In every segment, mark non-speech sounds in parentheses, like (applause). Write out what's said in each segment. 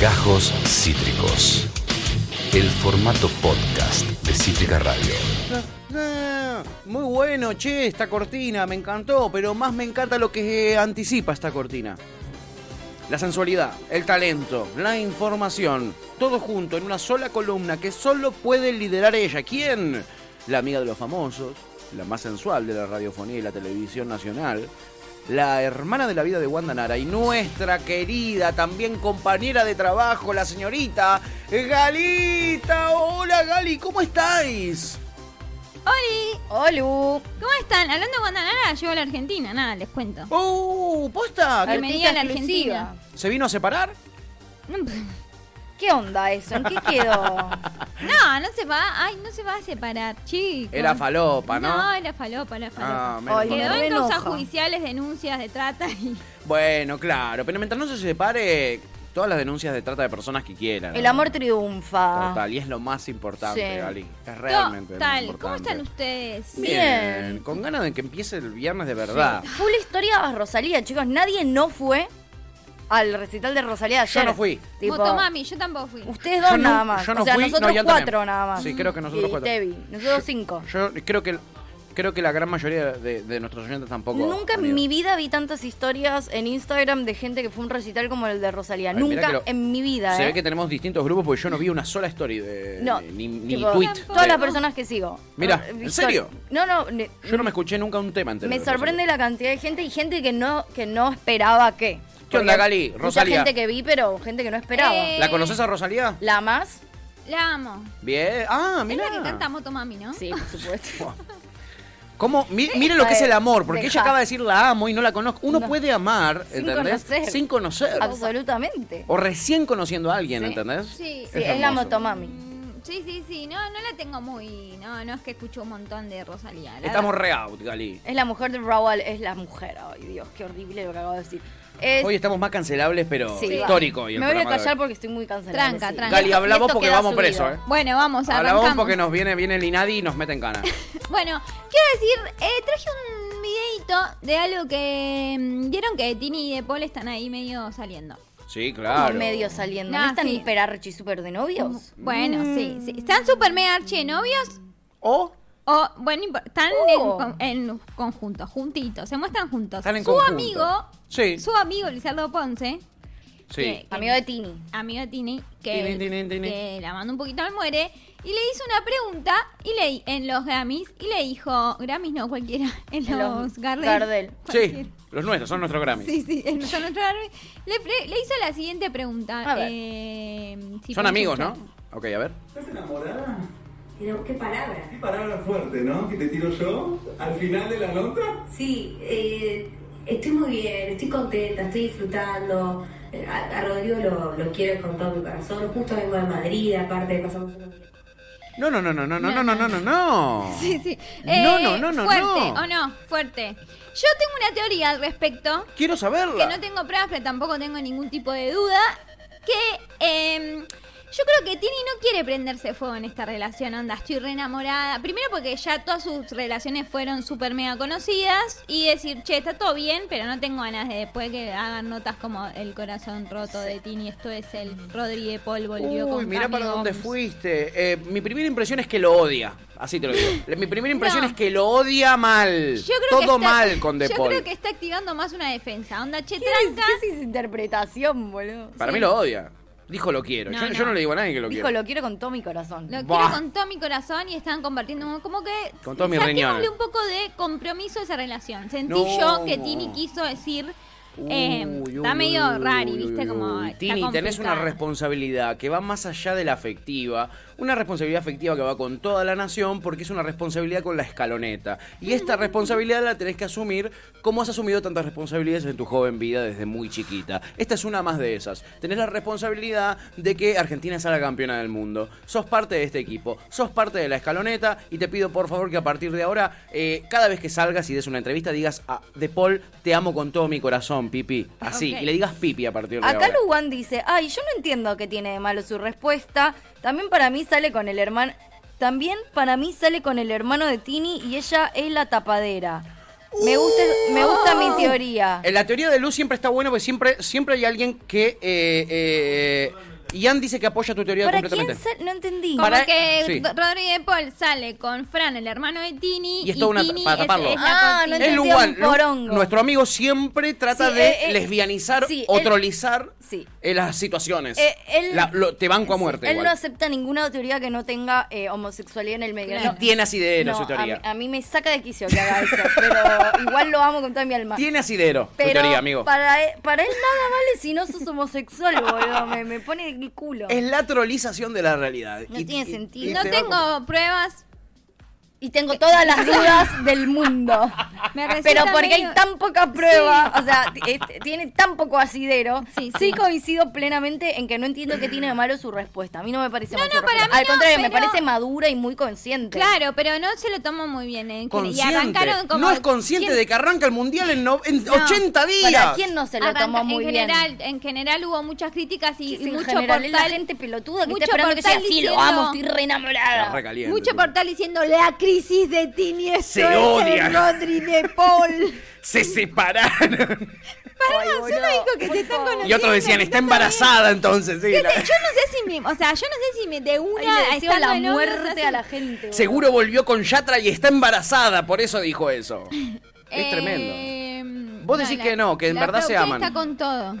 Gajos Cítricos. El formato podcast de Cítrica Radio. Ah, Muy bueno, che, esta cortina, me encantó, pero más me encanta lo que anticipa esta cortina. La sensualidad, el talento, la información, todo junto en una sola columna que solo puede liderar ella. ¿Quién? La amiga de los famosos, la más sensual de la radiofonía y la televisión nacional, la hermana de la vida de Wanda Nara y nuestra querida, también compañera de trabajo, la señorita Galita. Hola Gali, ¿cómo estáis? ¡Holi! ¡Holu! ¿Cómo están? Hablando de Guadalajara, llego a la Argentina, nada, les cuento. ¡Uh! ¡Posta! Ay, Bienvenida a la exclusiva. Argentina. ¿Se vino a separar? ¿Qué onda (laughs) eso? ¿En qué quedó? No, no se va, ay, no se va a separar, chicos. Era falopa, ¿no? No, era falopa, era falopa. Ah, menos Ay, mal. Quedó me en causas enoja. judiciales, denuncias de trata y... Bueno, claro, pero mientras no se separe, todas las denuncias de trata de personas que quieran. El amor triunfa. Total, y es lo más importante, Sí. Ali. Es (laughs) realmente Total, lo más ¿cómo están importante. ustedes? Bien. Bien. con ganas de que empiece el viernes de verdad. Full historia a Rosalía, chicos. Nadie no fue al recital de Rosalía Yo ayer. no fui. Tipo, Motomami, yo tampoco fui. Ustedes dos Yo no- nada más. yo no o sea, fui, nosotros no, y Antonio. cuatro nada más. Sí, creo que nosotros Y cuatro. Tevi. Nosotros cinco. Yo creo que creo que la gran mayoría de, de nuestros oyentes tampoco. Nunca en amigo. mi vida vi tantas historias en Instagram de gente que fue a un recital como el de Rosalía. Ay, mirá Nunca que lo- en mi vida, Se ¿eh? ve que tenemos distintos grupos porque yo no vi una sola story de No, ni, ni tipo, tweet. Todas de- las personas que sigo. Mirá, Eh, ¿en histori- serio? No, no. ne- Yo no me escuché nunca un tema entero. Me de Rosalía. sorprende la cantidad de gente y gente que no, que no esperaba que. ¿Qué onda, Porque Gali? mucha Rosalía. gente que vi, pero gente que no esperaba. Eh. ¿La conoces a Rosalía? ¿La más? La amo. Bien. Ah, Es mira. la que canta Motomami, ¿no? Sí, (laughs) por supuesto. (laughs) ¿Cómo? Mi- mire lo que es el amor, porque Dejá. ella acaba de decir la amo y no la conozco. Uno No. puede amar, Sin ¿entendés? conocer. Sin conocer. Absolutamente. O recién conociendo a alguien, Sí. ¿entendés? Sí. Sí, es la hermoso. motomami. Mm, Sí, sí, sí, no, no la tengo muy... No, no es que escucho un montón de Rosalía. la Estamos re out, Gali. Es la mujer de Rawal, es la mujer. Ay, Dios, qué horrible lo que acabo de decir. Es- Hoy estamos más cancelables, pero sí, histórico. Y el Me voy a programa de callar hoy. porque estoy muy cansada. Tranca, sí. tranca. Gali, Y esto hablá vos porque queda vamos subido. presos, ¿eh? Bueno, vamos, arrancamos. Hablamos porque nos viene, viene el INADI y nos mete en (laughs) cana. Bueno, quiero decir, eh, traje un videito de algo que mm, vieron que Tini y De Paul están ahí medio saliendo. Sí, Como claro. medio saliendo. Nah, ¿No están sí. hiper archi super de novios? Bueno, Mm. sí, Mm. sí. Están super mega archi de novios O o, bueno, impo- están Oh. en, con- en conjunto, juntitos, se muestran juntos. Están en su conjunto. amigo, Sí. su amigo Lizardo Ponce, sí. Amigo de Tini. amigo de Tini, que, Tini, Tini, Tini. que la mandó un poquito al muere, y le hizo una pregunta y le di- en los Grammys y le dijo, Grammys no cualquiera, en En los, los Gardel. Gardel. Cualquiera. Sí, los nuestros, son nuestros Grammys. Sí, sí, el son otro árbol. Le, pre- le hizo la siguiente pregunta. A ver. eh, si Son podés amigos, ¿no? escuchar. Ok, a ver. ¿Estás enamorada? Pero, ¿qué palabra? Qué palabra fuerte, ¿no? Que te tiro yo al final de la nota. Sí, eh, estoy muy bien, estoy contenta, estoy disfrutando. Eh, A, a Rodrigo lo, lo quiero con todo mi corazón. Justo vengo de Madrid, aparte pasamos unos- No, no, no, no, no, no, no, no, no, no, no. Sí, sí. No, Eh, no, no, no, Fuerte, no. o no, fuerte. Yo tengo una teoría al respecto, Quiero que saberla. no tengo pruebas, pero tampoco tengo ningún tipo de duda, que eh, yo creo que Tini no quiere prenderse fuego en esta relación, onda, estoy re enamorada. Primero porque ya todas sus relaciones fueron súper mega conocidas y decir, che, está todo bien, pero no tengo ganas de después que hagan notas como el corazón roto de Tini, esto es el Rodríguez Paul volvió Uy, con mirá para Cami dónde Gomes". fuiste. Eh, mi primera impresión es que lo odia. Así te lo (laughs) digo. Mi primera impresión No. es que lo odia mal. Yo creo que Todo está- mal con De Yo Paul. creo que está activando más una defensa. Onda, che, ¿Qué es, tranca. qué es esa interpretación, boludo? Para sí. mí lo odia. Dijo lo quiero. No, yo, yo no. no. le digo a nadie que lo Dijo, quiero. lo quiero con todo mi corazón. Lo Buah. quiero con todo mi corazón y están compartiendo como que Con todo mi saquémosle riñón. un poco de compromiso a esa relación. Sentí No. yo que Tini quiso decir eh, Uy, está uy, medio uy, rari, uy, viste uy, como uy. está Tini, tenés una complicado. responsabilidad que va más allá de la afectiva, una responsabilidad afectiva que va con toda la nación porque es una responsabilidad con la escaloneta. Y esta responsabilidad la tenés que asumir como has asumido tantas responsabilidades en tu joven vida desde muy chiquita. Esta es una más de esas. Tenés la responsabilidad de que Argentina sea la campeona del mundo. Sos parte de este equipo, sos parte de la escaloneta y te pido por favor que a partir de ahora, eh, cada vez que salgas y des una entrevista, digas a De Paul, te amo con todo mi corazón, Pipi. Así, Ok. y le digas Pipi a partir de Acá ahora. Luwan dice, ay, yo no entiendo qué tiene de malo su respuesta. También para mí sale con el hermano... También para mí sale con el hermano de Tini y ella es la tapadera. Me gusta, me gusta mi teoría. Eh, La teoría de Lu siempre está buena porque siempre, siempre hay alguien que eh, eh, Ian dice que apoya tu teoría ¿Para completamente. quién sal- No entendí. Como Para- que sí. Rodríguez Paul sale con Fran, el hermano de Tini, Y y, es toda una- Tini para es- taparlo. es la Ah, cortina. no Es entendí Luan. un porongo. Nuestro amigo siempre trata Sí, de eh, eh, lesbianizar sí, o él- trolizar sí. eh, las situaciones. Eh, él- La- lo- te banco a muerte. Él igual. no acepta ninguna teoría que no tenga eh, homosexualidad en el medio. Claro. No, Tiene asidero no, su A mí, teoría. a mí me saca de quicio que haga eso, pero igual lo amo con toda mi alma. Tiene asidero su pero teoría, amigo. Para, él- para él nada vale si no sos homosexual, boludo. Me, me pone el culo. Es la trolización de la realidad. No tiene sentido. y No te va como- tengo pruebas. Y tengo todas las dudas del mundo. Me resulta Pero porque hay medio- tan poca prueba, o sea, t- eh, t- tiene tan poco asidero. Sí, Sí, sí. coincido plenamente en que no entiendo qué tiene de malo su respuesta. A mí no me parece No, mal no, su para respuesta. mí Al no, contrario, me pero- parece madura y muy consciente. Claro, pero no se lo tomó muy bien. eh, que- Y Consciente. arrancaron como. no es consciente ¿quién- de que arranca el mundial en, no- en No. 80 días. ¿Para quién no se lo Arranca- tomó muy en bien? general, En general hubo muchas críticas y, Sí, y en mucho general, es portal. la gente pelotuda que mucho está esperando que sea portal así, lo diciendo- amo, estoy re enamorada. Está recaliente, Mucho tú. portal diciendo la crisis de Tini eso Se es el odian. Rodri de Paul. Se separaron. Pará, Ay, solo boludo, dijo que por se están favor. conociendo. y otros decían, está embarazada entonces. sí, ¿Qué la- sé? (laughs) Yo no sé si, me- o sea, yo no sé si me de Ay, una le deseo estando la en otro, muerte así. a la gente. boludo. Seguro volvió con Yatra y está embarazada, por eso dijo eso. Eh, Es tremendo. Vos decís Em, la- que no, que en la verdad se producción aman. está con todo.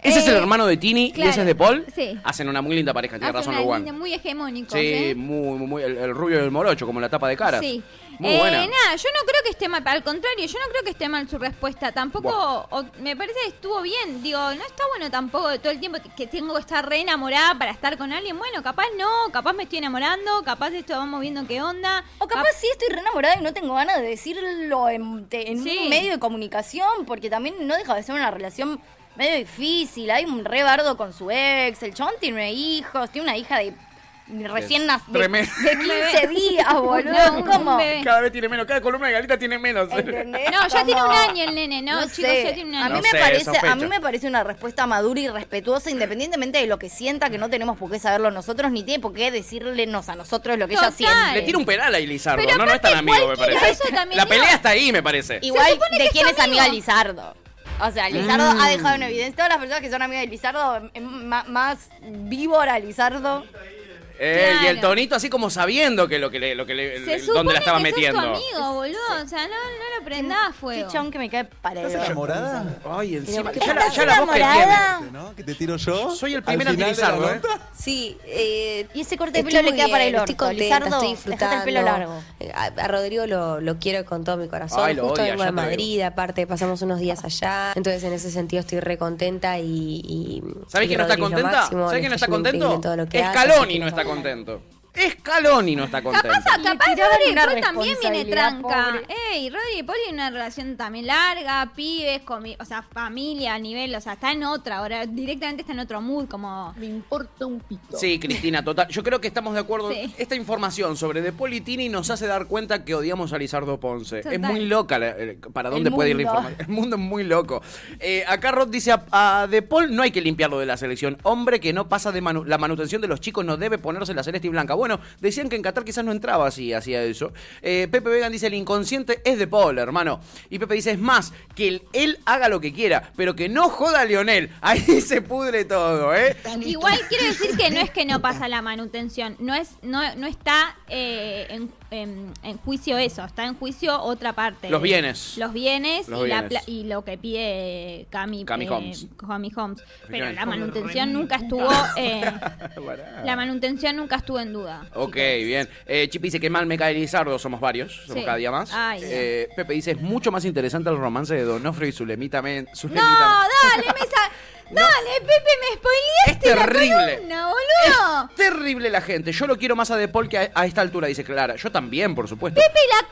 Ese es el Eh, hermano de Tini y claro, ese es de Paul. sí. Hacen una muy linda pareja, tiene Hace razón una Luan. línea muy hegemónico. ¿eh? Sí, muy, muy, muy- el, el rubio y el morocho, como la tapa de caras. Sí. Muy Eh, buena. Nada, yo no creo que esté mal, al contrario, yo no creo que esté mal su respuesta. Tampoco, o- me parece que estuvo bien. Digo, no está bueno tampoco todo el tiempo que- que tengo que estar re enamorada para estar con alguien. Bueno, capaz no, capaz me estoy enamorando, capaz esto vamos viendo qué onda. O capaz Ah. sí estoy re enamorada y no tengo ganas de decirlo en, te- en Sí. un medio de comunicación, porque también no deja de ser una relación medio difícil. Hay un rebardo con su ex, el chabón tiene hijos, tiene una hija de recién nacida. De, tremendo. de (laughs) 15 días, No, boludo. un ¿Cómo? bebé. Cada vez tiene menos, cada columna de galita tiene menos. ¿Entendés? No, ya Como- tiene un año el nene, ¿no? Chicos, sé. ya tiene un A año. mí, No me sé, parece, sospecho. a mí me parece una respuesta madura y respetuosa, independientemente de lo que sienta, que no tenemos por qué saberlo nosotros, ni tiene por qué decirlenos a nosotros lo que ella Total. siente. Le tira un penal a Lizardo, Pero no, no es tan aparte amigo, me cualquiera, parece. eso también la digo. pelea está ahí, me parece. Igual, supone ¿de que quién es es tu amiga amigo. Lizardo? O sea, Lizardo Mm. ha dejado en evidencia. Todas las personas que son amigas de Lizardo, m- ma- más víbora Lizardo. Eh, Y el Claro. tonito así como sabiendo que lo que le, lo que le- Se le- dónde la estaba supone que sos tu metiendo. amigo, boludo. O sea, no, no lo prendás a Qué fuego. chabón que me cae paredes. ¿Estás enamorada? Ay, encima. ¿Qué Ya la, estás ya la voz que tiene. enamorada? ¿No? ¿Que te tiro yo? Ah. Soy el Al primer final de la antilizardo, ¿eh? nota. Sí, eh, Y ese corte de estoy pelo le muy queda para el Estoy orto, contenta, Lizardo, estoy dejate disfrutando. el pelo largo. Eh, A, a Rodrigo lo, lo quiero con todo mi corazón. Ay, lo Justo odia, vengo ya de te lo Madrid, aparte pasamos unos días allá. Entonces, en ese sentido, estoy re contenta y. y ¿Sabés y quién no está Rodrigo es lo contenta? máximo, ¿Sabés le quién no está está yendo contento? increíble en todo lo que hace, así Escaloni que no está todo. contento. Escaloni no está contento. Capaz, Le capaz tiraban Rodri una Paul también viene responsabilidad, tranca. pobre. Ey, Rodri Paul tiene una relación también larga, pibes, comi- o sea, familia a nivel, o sea, está en otra, ahora directamente está en otro mood, como... Sí, Cristina, total. Yo creo que estamos de acuerdo. Sí. Esta información sobre De Politini nos hace dar cuenta que odiamos a Lizardo Ponce. Total. Es muy loca la- eh, para dónde El puede ir la mundo. información. El mundo es muy loco. Eh, acá Rod dice a, a De Paul no hay que limpiarlo de la selección. Hombre que no pasa de manu- la manutención de los chicos no debe ponerse la celeste y blanca. Bueno, decían que en Qatar quizás no entraba así, hacía eso. Eh, Pepe Vegan dice el inconsciente es De Paul, hermano. Y Pepe dice es más, que el- él haga lo que quiera, pero que no joda a Lionel. Ahí se pudre todo, ¿eh? Igual quiero decir que no es que no pasa la manutención, no es no, no está eh, en, en- en juicio eso, está en juicio otra parte. Los bienes. Los bienes, Los y, la bienes. pla- y lo que pide Cami, Cami eh, Holmes. Cami Holmes. Pero la Efectivamente. manutención nunca estuvo... eh, la manutención nunca estuvo en duda. Ok, chicos. bien. Eh, Chip dice que mal me cae Lizardo, somos varios, somos Sí. cada día más. Ay, Eh, Pepe dice, es mucho más interesante el romance de Donofrio y Zulemita Men. No, Zulemita Men. dale, (laughs) me sa- Dale, Pepe, me spoileaste Es terrible. la columna, boludo. Terrible la gente. Yo lo quiero más a De Paul que a, a esta altura, dice Clara. Yo también, por supuesto. Pepe, la...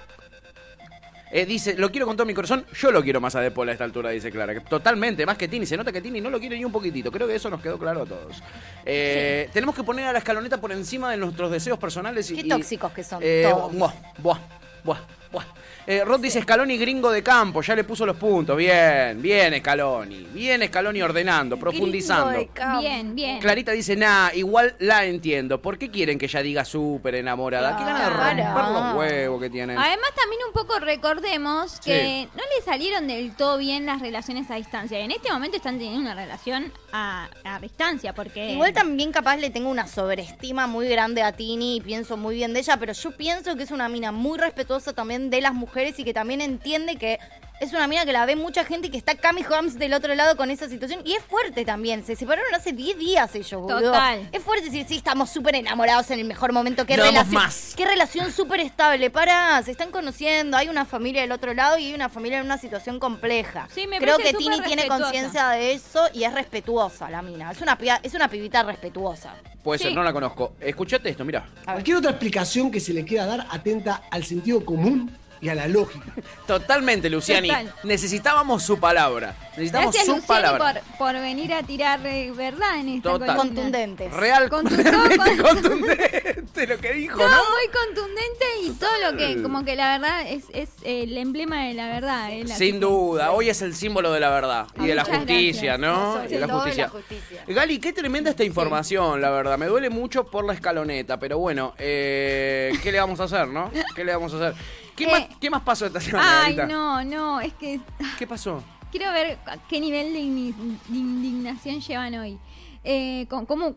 Eh, dice, lo quiero con todo mi corazón, yo lo quiero más a De Paul a esta altura, dice Clara. Que Totalmente, más que Tini. Se nota que Tini no lo quiere ni un poquitito. Creo que eso nos quedó claro a todos. Eh, Tenemos que poner a la escaloneta por encima de nuestros deseos personales y... Qué y- tóxicos que son Eh, todos. Buah, buah, buah. Buah. Eh, Rod dice Scaloni gringo de campo, ya le puso los puntos. Bien, bien Scaloni. Bien Scaloni ordenando, profundizando. Gringo de campo. Bien, bien. Clarita dice, nah, igual la entiendo. ¿Por qué quieren que ella diga súper enamorada? Qué ganas de Claro. romper los huevos que tienen. Además, también un poco recordemos que no le salieron del todo bien las relaciones a distancia. En este momento están teniendo una relación a, a distancia, porque. Igual también capaz le tengo una sobreestima muy grande a Tini y pienso muy bien de ella, pero yo pienso que es una mina muy respetuosa también de las mujeres y que también entiende que es una mina que la ve mucha gente y que está Cami Holmes del otro lado con esa situación. Y es fuerte también, se separaron hace 10 días ellos, boludo. Total. Es fuerte decir, sí, estamos súper enamorados en el mejor momento. ¿Qué No damos relación, más. Qué relación súper estable. Pará, se están conociendo, hay una familia del otro lado y hay una familia en una situación compleja. Sí, me Creo parece que súper Tini tiene respetuosa. conciencia de eso y es respetuosa la mina. Es una, pia- es una pibita respetuosa. Puede ser, Sí. no la conozco. Escuchate esto, mira. Cualquier otra explicación que se le quiera dar atenta al sentido común y a la lógica. Totalmente, Luciani. Total. Necesitábamos su palabra. Necesitamos Gracias, su Luciani, palabra. por, por venir a tirar eh, verdad en esta Total. columna. Contundentes. Real, Con tu- realmente con- contundente lo que dijo, Todo ¿no? muy contundente y todo lo que, como que la verdad es, es el emblema de la verdad. eh, la- Sin duda, hoy es el símbolo de la verdad y Ah, de la muchas justicia, gracias. ¿no? Sobre Y de la todo de justicia. la justicia. Gali, qué tremenda esta información, la verdad. Me duele mucho por la escaloneta, pero bueno, eh, ¿qué le vamos a hacer, no? ¿Qué le vamos a hacer? ¿Qué, Eh. más, ¿qué más pasó esta semana, Ay, Galita? no, no, es que ¿Qué pasó? Quiero ver a qué nivel de, ini- de indignación llevan hoy. Eh, con, cómo,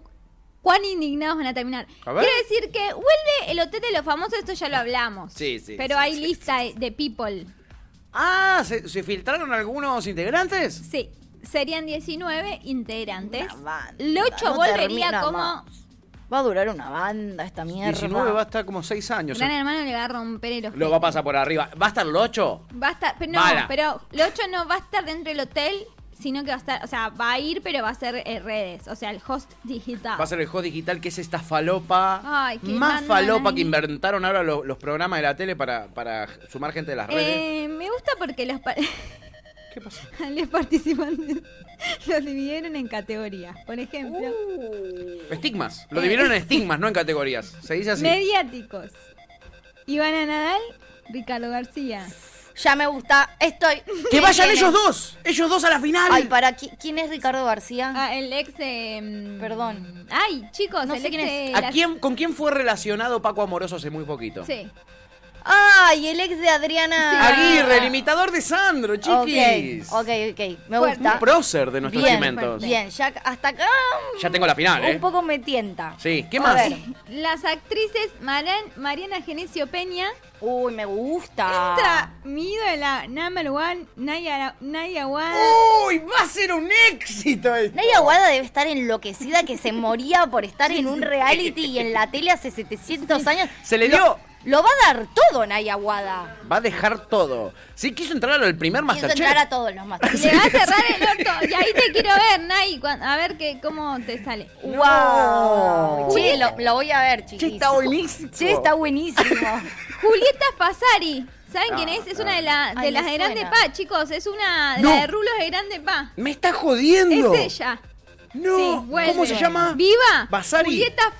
cuán indignados van a terminar. A ver. Quiero decir que vuelve el hotel de los famosos, esto ya lo hablamos. Sí, sí, Pero sí, hay sí, lista de- de people. Ah, ¿se, se filtraron algunos integrantes? Sí, serían 19 integrantes. Una banda, Locho no volvería termina como... más. Va a durar una banda esta mierda. 19 va a estar como 6 años. Gran hermano le va a romper el Lo ojete. va a pasar por arriba. ¿Va a estar el 8? Va a estar, pero no, Bala. pero Locho no va a estar dentro del hotel, sino que va a estar, o sea, va a ir, pero va a ser eh, redes, o sea, el host digital. Ah. Va a ser el host digital, que es esta falopa. Ay, qué más mandan falopa ahí. que inventaron ahora lo- los, programas de la tele para, para sumar gente de las redes. Eh, me gusta porque los, pa- a (laughs) los participantes (laughs) los dividieron en categorías. Por ejemplo, Estigmas. eh. Lo dividieron en estigmas, no en categorías. Se dice así. mediáticos. Ivana Nadal, Ricardo García. Ya me gusta. Estoy. ¡Que Me vayan viene. ellos dos! ¡Ellos dos a la final! Ay, para qui- quién es Ricardo García. Ah, el ex... eh, mm, Perdón. Ay, chicos, No el sé ex quién es. de ¿A la- quién, ¿Con quién fue relacionado Paco Amoroso hace muy poquito? Sí. Ay, el ex de Adriana. Aguirre, el imitador de Sandro, Ok, chiquis. ok, ok. Me Fuerte. gusta. Un prócer de nuestros bien, segmentos. bien, ya hasta acá. Ya tengo la final, ¿eh? Un poco me tienta. Sí, ¿qué A más? ver. Las actrices Maran- Mariana Genesio Peña, Uy, me gusta. entra mi ídola number one, Naya, Naya Wad. Uh, ¡Uy! ¡Va a ser un éxito esto! Nadia Guada debe estar enloquecida que se moría por estar en un reality y en la tele hace 700 años. Se le dio. Lo va a dar todo Nadia Guada. Va a dejar todo. Sí, quiso entrar al primer Quiso Masterchef. entrar (laughs) a todos los más. Le (laughs) va a cerrar el orto. Y ahí te quiero ver, Nay. cuan- A ver que, cómo te sale. ¡Wow! Che, lo, lo voy a ver, chiquis. Che, está buenísimo. Che, (laughs) está buenísimo. Julieta Fasari. ¿Saben Ah, quién es? Es ah. una de, la- de Ay, las me de Grande suena. Pa, chicos. Es una de, No. la de Rulos de Grande Pa. Me está jodiendo. Es ella. No. Sí, vuelve. ¿Cómo se llama? Viva. Vasari. Julieta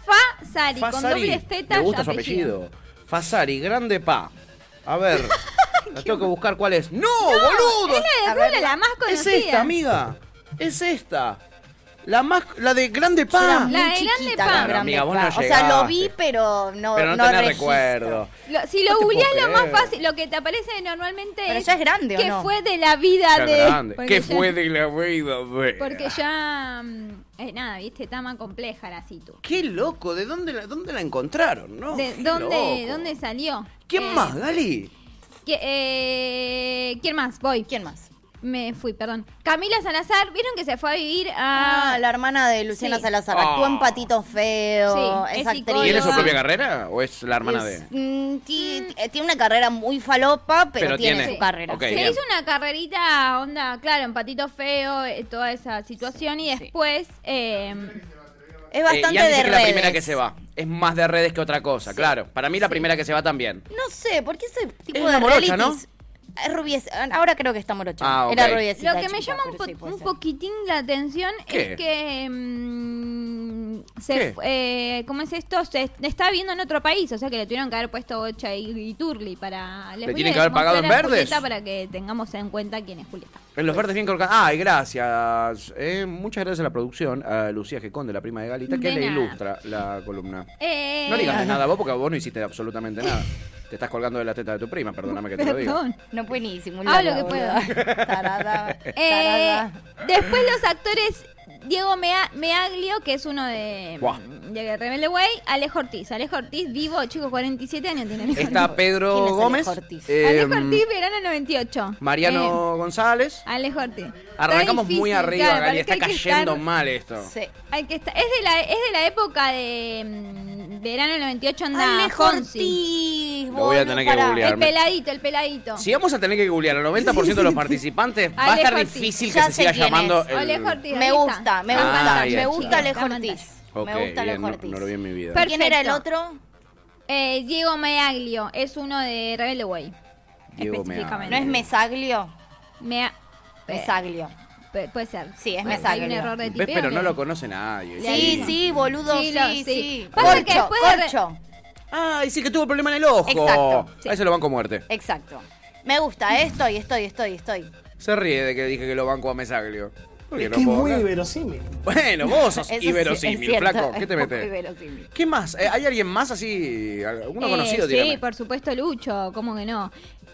Fasari. Con Fasari. doble Z Me y gusta su apellido. Fasari, grande pa. A (laughs) ver. la tengo que buscar cuál es. ¡No, ¡Oh, boludo! Es la de Rulo, la más Es conocida. esta, amiga. Es esta. La más. La de grande pa. La de Muy Grande chiquita Pa. la Claro, Grande amiga, vos no Pa. O sea, lo vi, llegaste. pero no Pero no, tenés registro. recuerdo. Lo- si No lo te googleás puedo lo más creer. fácil, lo que te aparece normalmente Pero ya es grande, ¿o ¿Qué no? fue de la vida Qué de.? grande. porque ¿Qué ya- fue de la vida de- Porque ya. mm, eh, nada, viste, está más compleja la situ. Qué loco, ¿de dónde la, dónde la encontraron? No, ¿De Qué dónde, loco. dónde salió? ¿Quién Eh, más, Gali? que- eh, ¿Quién más? Voy. ¿Quién más? Me fui, perdón. Camila Salazar, ¿vieron que se fue a vivir a. Ah, la hermana de Luciana Sí. Salazar. Ah. Actúa en Patito Feo. Sí, es es actriz. psicóloga. ¿Tiene su Lola. propia carrera o es la hermana Es- de.? mm, ti- eh, tiene una carrera muy falopa, pero, Pero tiene, tiene- su carrera. ok. se bien. hizo una carrerita, onda, claro, en patito feo, eh, toda esa situación, y después. eh, Es Eh, bastante Ian dice de que redes. la primera que se va. Es más de redes que otra cosa, claro. Para mí la primera que se va también. No sé, porque ese tipo Es de una morocha, realities- Es rubies- ahora creo que está morocha. Ah, ok. Era rubiecita Lo que me chiquita, llama un, pero sí, po- puede un ser. poquitín la atención ¿Qué? es que mm, eh, se ¿Qué? fu- eh, ¿Cómo es esto? Se está viendo en otro país, o sea que le tuvieron que haber puesto Bocha y, y Turli para. les ¿Le voy tienen a que haber pagado en mostrar a verdes? Julieta Para que tengamos en cuenta quién es Julieta. En los verdes bien colocados. Ay, gracias. Eh, muchas gracias a la producción, a Lucía Geconde, la prima de Galita, que De le nada. ilustra la columna. Eh, No digas de nada vos, porque vos no hiciste absolutamente nada. Te estás colgando de la teta de tu prima, perdóname que te lo digo. (laughs) Perdón. No puede ni disimular. Hablo que puedo. (laughs) Tarada. (laughs) Eh, tarada. después los actores Diego Mea- Meaglio, que es uno de, Buah. de Rebelde Way, Alejo Ortiz. Alejo Ortiz, vivo, chico, 47 años tiene Alejo Está Ortiz. Pedro ¿Quién es Alejo Gómez. Ortiz? eh, Alejo Ortiz, verano 98. Eh, Mariano González. Alejo Ortiz. Arrancamos Está muy difícil, arriba, claro, Gali. parece Está que hay que cayendo estar- mal esto. Sí. hay que estar- es, de la, es de la época de mm, verano 98, anda Alejo Fonsi. Ortiz, Lo voy a boludo, tener que pará. googlear. El peladito, el peladito. Si vamos a tener que googlear al 90% (laughs) de los participantes, va a Alejo estar Ortiz. difícil que Ya se sé siga quién es. llamando. el- Alejo Ortiz. Me ahí está. gusta, me Ah, gusta, ahí me está. gusta Alejo Está Ortiz. Ok, Me gusta bien, Alejo no, Ortiz. no lo vi en mi vida. Per- ¿Quién era el Perfecto. otro? Eh, Diego Meaglio es uno de Rebelde Way. Diego específicamente. ¿No es Mesaglio? Mea- eh, Mesaglio. pe- puede ser. Sí, es Hay Mesaglio. un error de ¿Ves? tipeo Pero que- no lo conoce nadie. Sí, sí, boludo, Sí, sí, lo- sí. sí. Pasa que Corcho, después de re- corcho. Ay, sí, que tuvo problema en el ojo. Exacto, sí. Ahí se lo banco a muerte. Exacto. Me gusta, eh, estoy, estoy, estoy, estoy. Se ríe de que dije que lo banco a Mesaglio. Porque Es no que es puedo muy hablar. verosímil. Bueno, vos sos (laughs) Eso sí, es inverosímil, cierto, flaco. ¿Qué es (laughs) te muy metes? verosímil. ¿Qué más? Eh, ¿Hay alguien más así? ¿Alguno Eh, conocido? Sí, Tírame. por supuesto, Lucho, ¿cómo que no?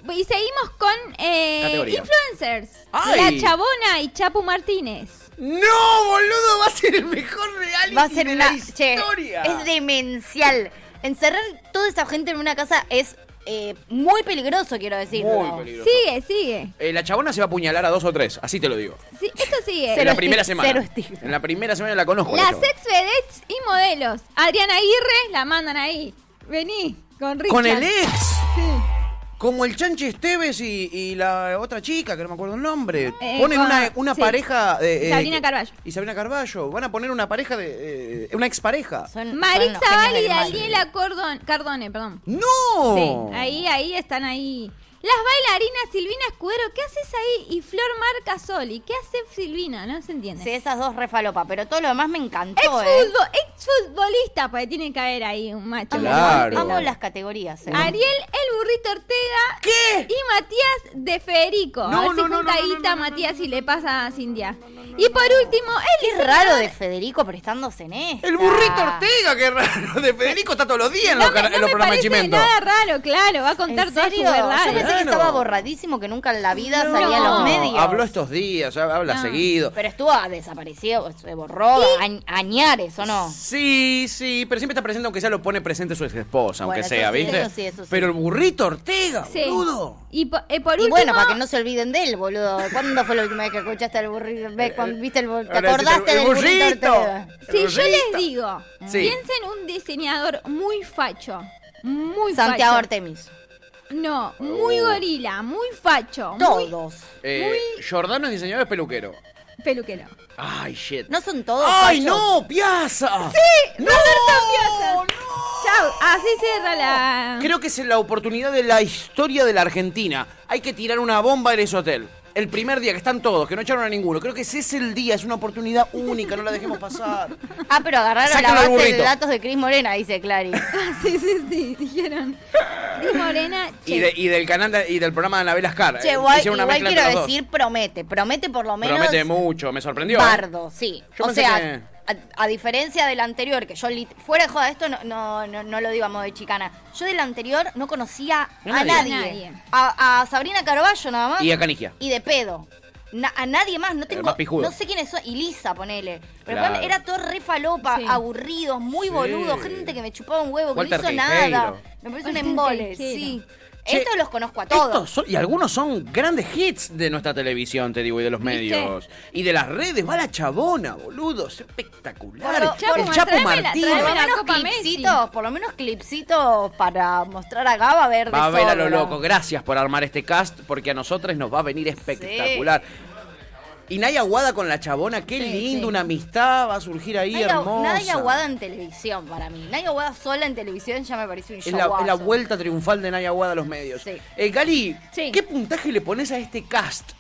Y seguimos con eh, Categoría. influencers. ¡Ay! La Chabona y Chapu Martínez. ¡No, boludo! Va a ser el mejor reality Va a ser de la una. che, historia. es demencial. Encerrar toda esa gente en una casa es eh, muy peligroso, quiero decir. Muy peligroso. Sigue, sigue. Eh, la chabona se va a apuñalar a dos o tres, así te lo digo. Sí, esto sigue. Cero en la estigma, primera semana. cero estigma. En la primera semana la conozco. la Las chabona. ex vedettes y modelos. Adriana Aguirre la mandan ahí. Vení, con Richard. Con el ex. Sí. Como el Chanchi Esteves y, y la otra chica, que no me acuerdo el nombre. Eh, Ponen con- una, una sí. pareja. eh, eh, Sabrina que- Carballo. Y Sabrina Carballo. Van a poner una pareja de. eh, una expareja. Son- son Marix los genios Zaval y del mal. Daniela Cordon- Cardone, perdón. ¡No! Sí, ahí, ahí están ahí. Las bailarinas Silvina Escudero, ¿qué haces ahí? Y Flor Marca Soli, ¿qué hace Silvina? No se entiende. Sí, esas dos refalopa, pero todo lo demás me encantó, eh. Exfutbo- Exfutbolista, porque tiene que haber ahí un macho. Claro. Amo las categorías, eh. Ariel El Burrito Ortega. ¿Qué? Y Matías de Federico. No, a ver si no, no, junta no, no, guita a no, no, Matías y le pasa a Cintia. y por último, el Qué raro de Federico prestándose en esto. El burrito Ortega, que raro. De Federico está todos los días en, los me- cara- en me los programas de parece Chimento. nada raro, claro. Va a contar ¿En todas sus serio? Yo verdades. pensé que Claro. estaba borradísimo, que nunca en la vida No. salía en los No, medios. Habló estos días, habla No. seguido. Pero estuvo desaparecido, se borró, añ- añares, ¿o no? Sí, sí, pero siempre está presente, aunque sea lo pone presente su ex esposa, aunque Bueno, sea, eso sí, ¿viste? eso sí, eso sí. Pero el burrito Ortega, Sí. boludo. Y po- eh, por Y último, bueno, para que no se olviden de él, boludo. ¿Cuándo fue la última vez que escuchaste el burrito? Ve, cuando ¿Viste el burrito? ¿Te Eh, Ahora decís, acordaste el- el del burrito? burrito. Ortega? si yo les burrito. digo, Sí. piensen un diseñador muy facho, muy Santiago facho. Artemis. No, muy Oh. gorila, muy facho, muy Todos. Eh, Jordano es diseñador, es peluquero. peluquero. Ay, shit. No oh, son todos. ¡Ay, fachos? no! ¡Piazza! ¡Sí! ¡No! Piazza. Chao, así cierra la... (laughs) Creo que es la oportunidad de la historia de la Argentina. Hay que tirar una bomba en ese hotel. El primer día que están todos, que no echaron a ninguno. Creo que ese es el día, es una oportunidad única, no la dejemos pasar. Ah, pero agarraron Sáquenlo al la base de burrito. Eh, datos de Cris Morena, dice Clary. sí, sí, sí, dijeron. Y Morena, che. Y, de- y del canal de- y del programa de Anabel Ascar. Che, eh, igual, hicieron una igual mezcla entre quiero los dos. decir, promete. Promete por lo menos. Promete mucho, me sorprendió. ¿eh? Bardo, sí. Yo o pensé sea, que- a, a diferencia del anterior, que yo lit- fuera de joda, esto no, no, no, no lo digo a modo de chicana. Yo del anterior no conocía A a nadie. nadie. A nadie. A, a Sabrina Carballo nada más. Y a Canigia. Y de pedo. Na- a nadie más, no tengo. más pijudo. no sé quiénes son. Y Lisa, ponele. Pero Claro. después era todo re falopa, Sí. aburridos, muy boludos, gente que me chupaba un huevo, que Walter no hizo Tejero. nada. Me parece un Walter embole, Tejero. sí. Che, Estos los conozco a todos. Estos son- y algunos son grandes hits de nuestra televisión, te digo, y de los ¿Viste? medios. Y de las redes. Va la chabona, boludo. es espectacular. Pero, Chapo, el Chapo tráemela, Martínez. Por lo Tráeme la menos Copa clipsitos, por lo menos clipsitos para mostrar acá va a ver de Va a ver a lo sobra. loco. Gracias por armar este cast, porque a nosotros nos va a venir espectacular. Y Naya Aguada con la chabona, qué lindo, una amistad va a surgir ahí Nadia, hermosa. Nadia Aguada en televisión para mí. Nadia Aguada sola en televisión ya me parece un Es show. la, es la vuelta triunfal de Naya Aguada a los medios. Sí. Eh, Gali, Sí. ¿qué puntaje le pones a este cast?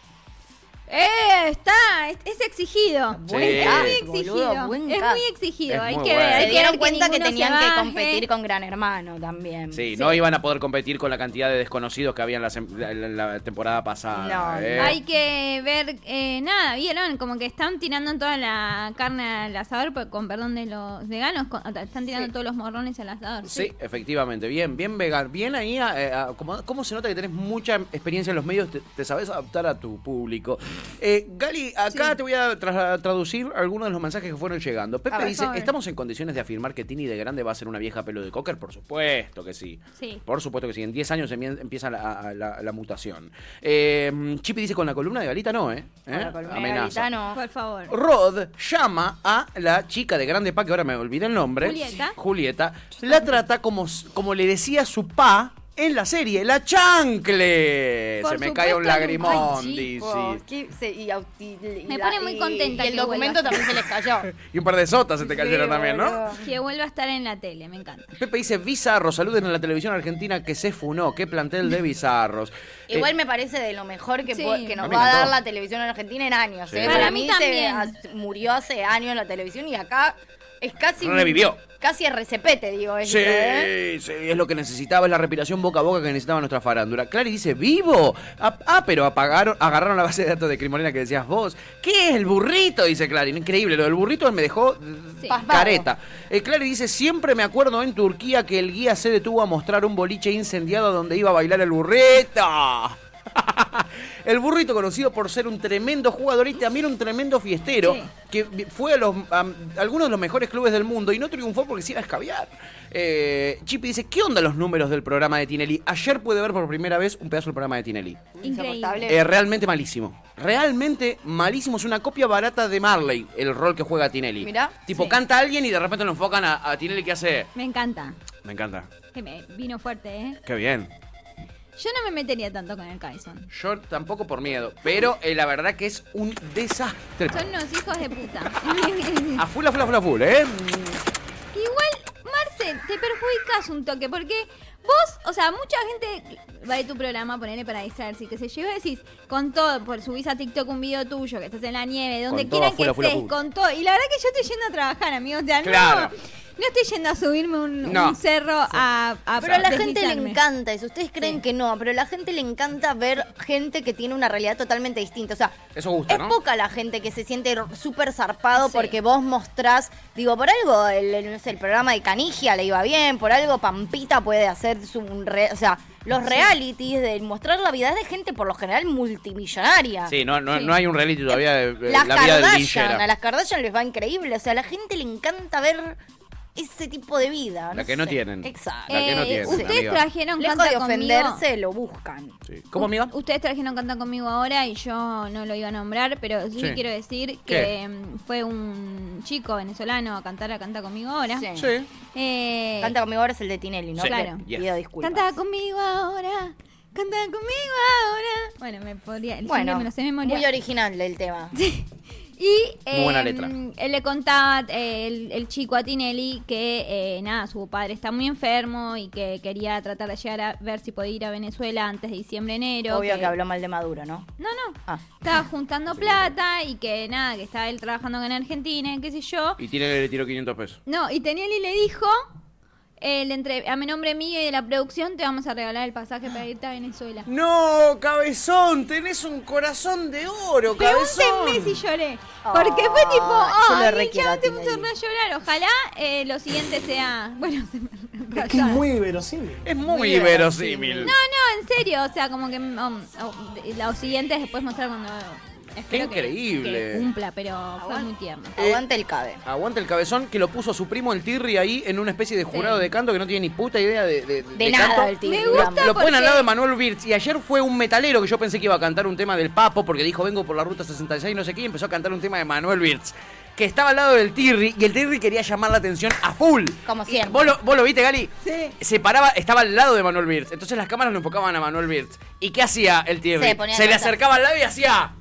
Eh, está, es, es exigido. Sí. Es muy cast, exigido. boludo, buen es cast. muy exigido, Es hay muy que bueno. ver. Se hay Se que dieron ver cuenta que ninguno se tenían que baje. competir con Gran Hermano también. Sí, no iban a poder competir con la cantidad de desconocidos que había en la, sem- la- la- la temporada pasada. No, ¿eh? Hay que ver, eh, nada, vieron, como que están tirando toda la carne al asador, pues, con perdón de los veganos, con- están tirando todos los morrones al asador. Sí, efectivamente, bien, bien vegan, bien ahí, eh, a- como- ¿cómo se nota que tenés mucha experiencia en los medios? Te, te sabes adaptar a tu público. Eh, Gali, acá te voy a tra- traducir algunos de los mensajes que fueron llegando. A Pepe ver. dice, Por favor. ¿estamos en condiciones de afirmar que Tini de grande va a ser una vieja pelo de cocker? Por supuesto que sí. Sí. Por supuesto que sí, en 10 años emie- empieza la, a- la- la mutación. Eh, Chipi dice, con la columna de Galita no, ¿eh? ¿Eh? la columna de Amenaza. Galita no. Por favor. Rod llama a la chica de grande pa, que ahora me olvidé el nombre. Julieta. Julieta. La trata como, como le decía su pa en la serie, la chancle. Por Se me cae un supuesto, lagrimón, ay, dice. ¿qué se- y auti- y Me la- pone muy y- contenta. Y el documento también se les cayó. Y un par de sotas (laughs) se te cayeron Sí, también, ¿no? boludo. Que vuelva a estar en la tele, me encanta. Pepe dice, Bizarro, saluden a la televisión argentina que se funó. Qué plantel de bizarros. Eh, Igual me parece de lo mejor que, Sí. po- que A nos mí me va a dar encantó. la televisión en Argentina en años. Sí. ¿eh? Para mí se también. as- murió hace años la televisión y acá es casi. Revivió. Casi RCP, te digo. esto, Sí, ¿eh? sí, es lo que necesitaba, es la respiración boca a boca que necesitaba nuestra farándula. Clary dice, ¿vivo? Ah, ah, pero apagaron, agarraron la base de datos de Crimolina que decías vos. ¿Qué es el burrito? Dice Clary. Increíble, lo del burrito me dejó mm, Sí. Pasmado. careta. Eh, Clary dice, siempre me acuerdo en Turquía que el guía se detuvo a mostrar un boliche incendiado donde iba a bailar el burrito. (laughs) El burrito conocido por ser un tremendo jugador y también un tremendo fiestero Sí. que vi- fue a, los, a algunos de los mejores clubes del mundo y no triunfó porque se iba a escabiar. Eh, Chippy dice, ¿qué onda los números del programa de Tinelli? Ayer pude ver por primera vez un pedazo del programa de Tinelli. Increíble. Eh, realmente malísimo. Realmente malísimo. Es una copia barata de Marley, el rol que juega Tinelli. Mirá. Tipo, canta alguien y de repente lo enfocan a, a Tinelli que hace... Me encanta. Me encanta. Que me vino fuerte, ¿eh? Qué bien. Yo no me metería tanto con el Kaison. Yo tampoco por miedo, pero eh, la verdad que es un desastre. Son unos hijos de puta. (laughs) A full, a full, a full, a full, ¿eh? Igual, Marce, te perjudicas un toque, porque vos, o sea, mucha gente va de tu programa a ponerle para distraerse, y que se lleva y decís, con todo, por subís a TikTok un video tuyo, que estás en la nieve, donde Con todo, quieran full, que full, estés, full. con todo. Y la verdad que yo estoy yendo a trabajar, amigos, o sea, no- Claro. no, estoy yendo a subirme un, No. un cerro a, a Pero a la gente le deslizarme. encanta eso. Ustedes creen Ah, Sí. que no, pero a la gente le encanta ver gente que tiene una realidad totalmente distinta. O sea, Eso gusta, es ¿no? poca la gente que se siente r- súper zarpado Sí. porque vos mostrás, digo, por algo el, el- no sé, el programa de Canigia le iba bien, por algo Pampita puede hacer su... un re- o sea, los realities de mostrar la vida de gente por lo general multimillonaria. Sí, no, no, Sí. no hay un reality todavía de de Eh, Las la vida del Kardashian, a linchera. las Kardashian les va increíble. O sea, a la gente le encanta ver ese tipo de vida. La que no sé. tienen. Exacto. La que no Eh, tienen, ustedes amiga. trajeron Lejos canta de conmigo. ofenderse, lo buscan. Sí. ¿Cómo, amiga? Ustedes trajeron Canta conmigo ahora y yo no lo iba a nombrar, pero sí, Sí. quiero decir ¿Qué? que mm, fue un chico venezolano a cantar a Canta conmigo ahora. Sí. Sí. Eh, Canta conmigo ahora es el de Tinelli, ¿no? Sí. Claro. Yes. Pido disculpas. Canta conmigo ahora. Canta conmigo ahora. Bueno, me podría. El jingle bueno, me lo sé de memoria. muy original el (laughs) tema. Y Muy buena em, letra. él le contaba eh, el, el chico a Tinelli que eh, nada, su padre está muy enfermo y que quería tratar de llegar a ver si podía ir a Venezuela antes de diciembre, enero. Obvio que habló mal de Maduro, ¿no? No, no. Ah. Estaba juntando plata y que nada, que estaba él trabajando acá en Argentina, y qué sé yo. Y tiene le tiro 500 pesos. No, y Tenieli le dijo, el entre, a mi nombre mío y de la producción te vamos a regalar el pasaje para irte a Venezuela. No, cabezón, tenés un corazón de oro, Pregúntenme si lloré. Porque fue tipo, Ah, yo oh, lo el requiero chabón a te puso Tinelli. re a llorar. Ojalá eh, lo siguiente sea. (laughs) Bueno, se me Es que es muy verosímil. Es muy, Muy verosímil. verosímil. No, no, en serio. O sea, como que. mm, um, oh, de- los siguientes después mostrar cuando. eh, espero que- increíble. que cumpla, pero fue muy tierno. Aguante el cabe. Aguanta el cabezón que lo puso a su primo el Tirri ahí en una especie de jurado de canto que no tiene ni puta idea de, de, De nada canto. el Tirri, Me gusta Lo ponen al porque- lado de Manuel Birz. Y ayer fue un metalero que yo pensé que iba a cantar un tema del Papo porque dijo vengo por la ruta 66 no sé qué y empezó a cantar un tema de Manuel Birz. Que estaba al lado del Tirri y el Tirri quería llamar la atención a full. Como Y siempre. Vos lo, vos lo viste, Gali. Sí. Se paraba, estaba al lado de Manuel Birz. Entonces las cámaras lo enfocaban a Manuel Birz. ¿Y qué hacía el Tirri? Se ponía a le cantar. acercaba al lado y hacía.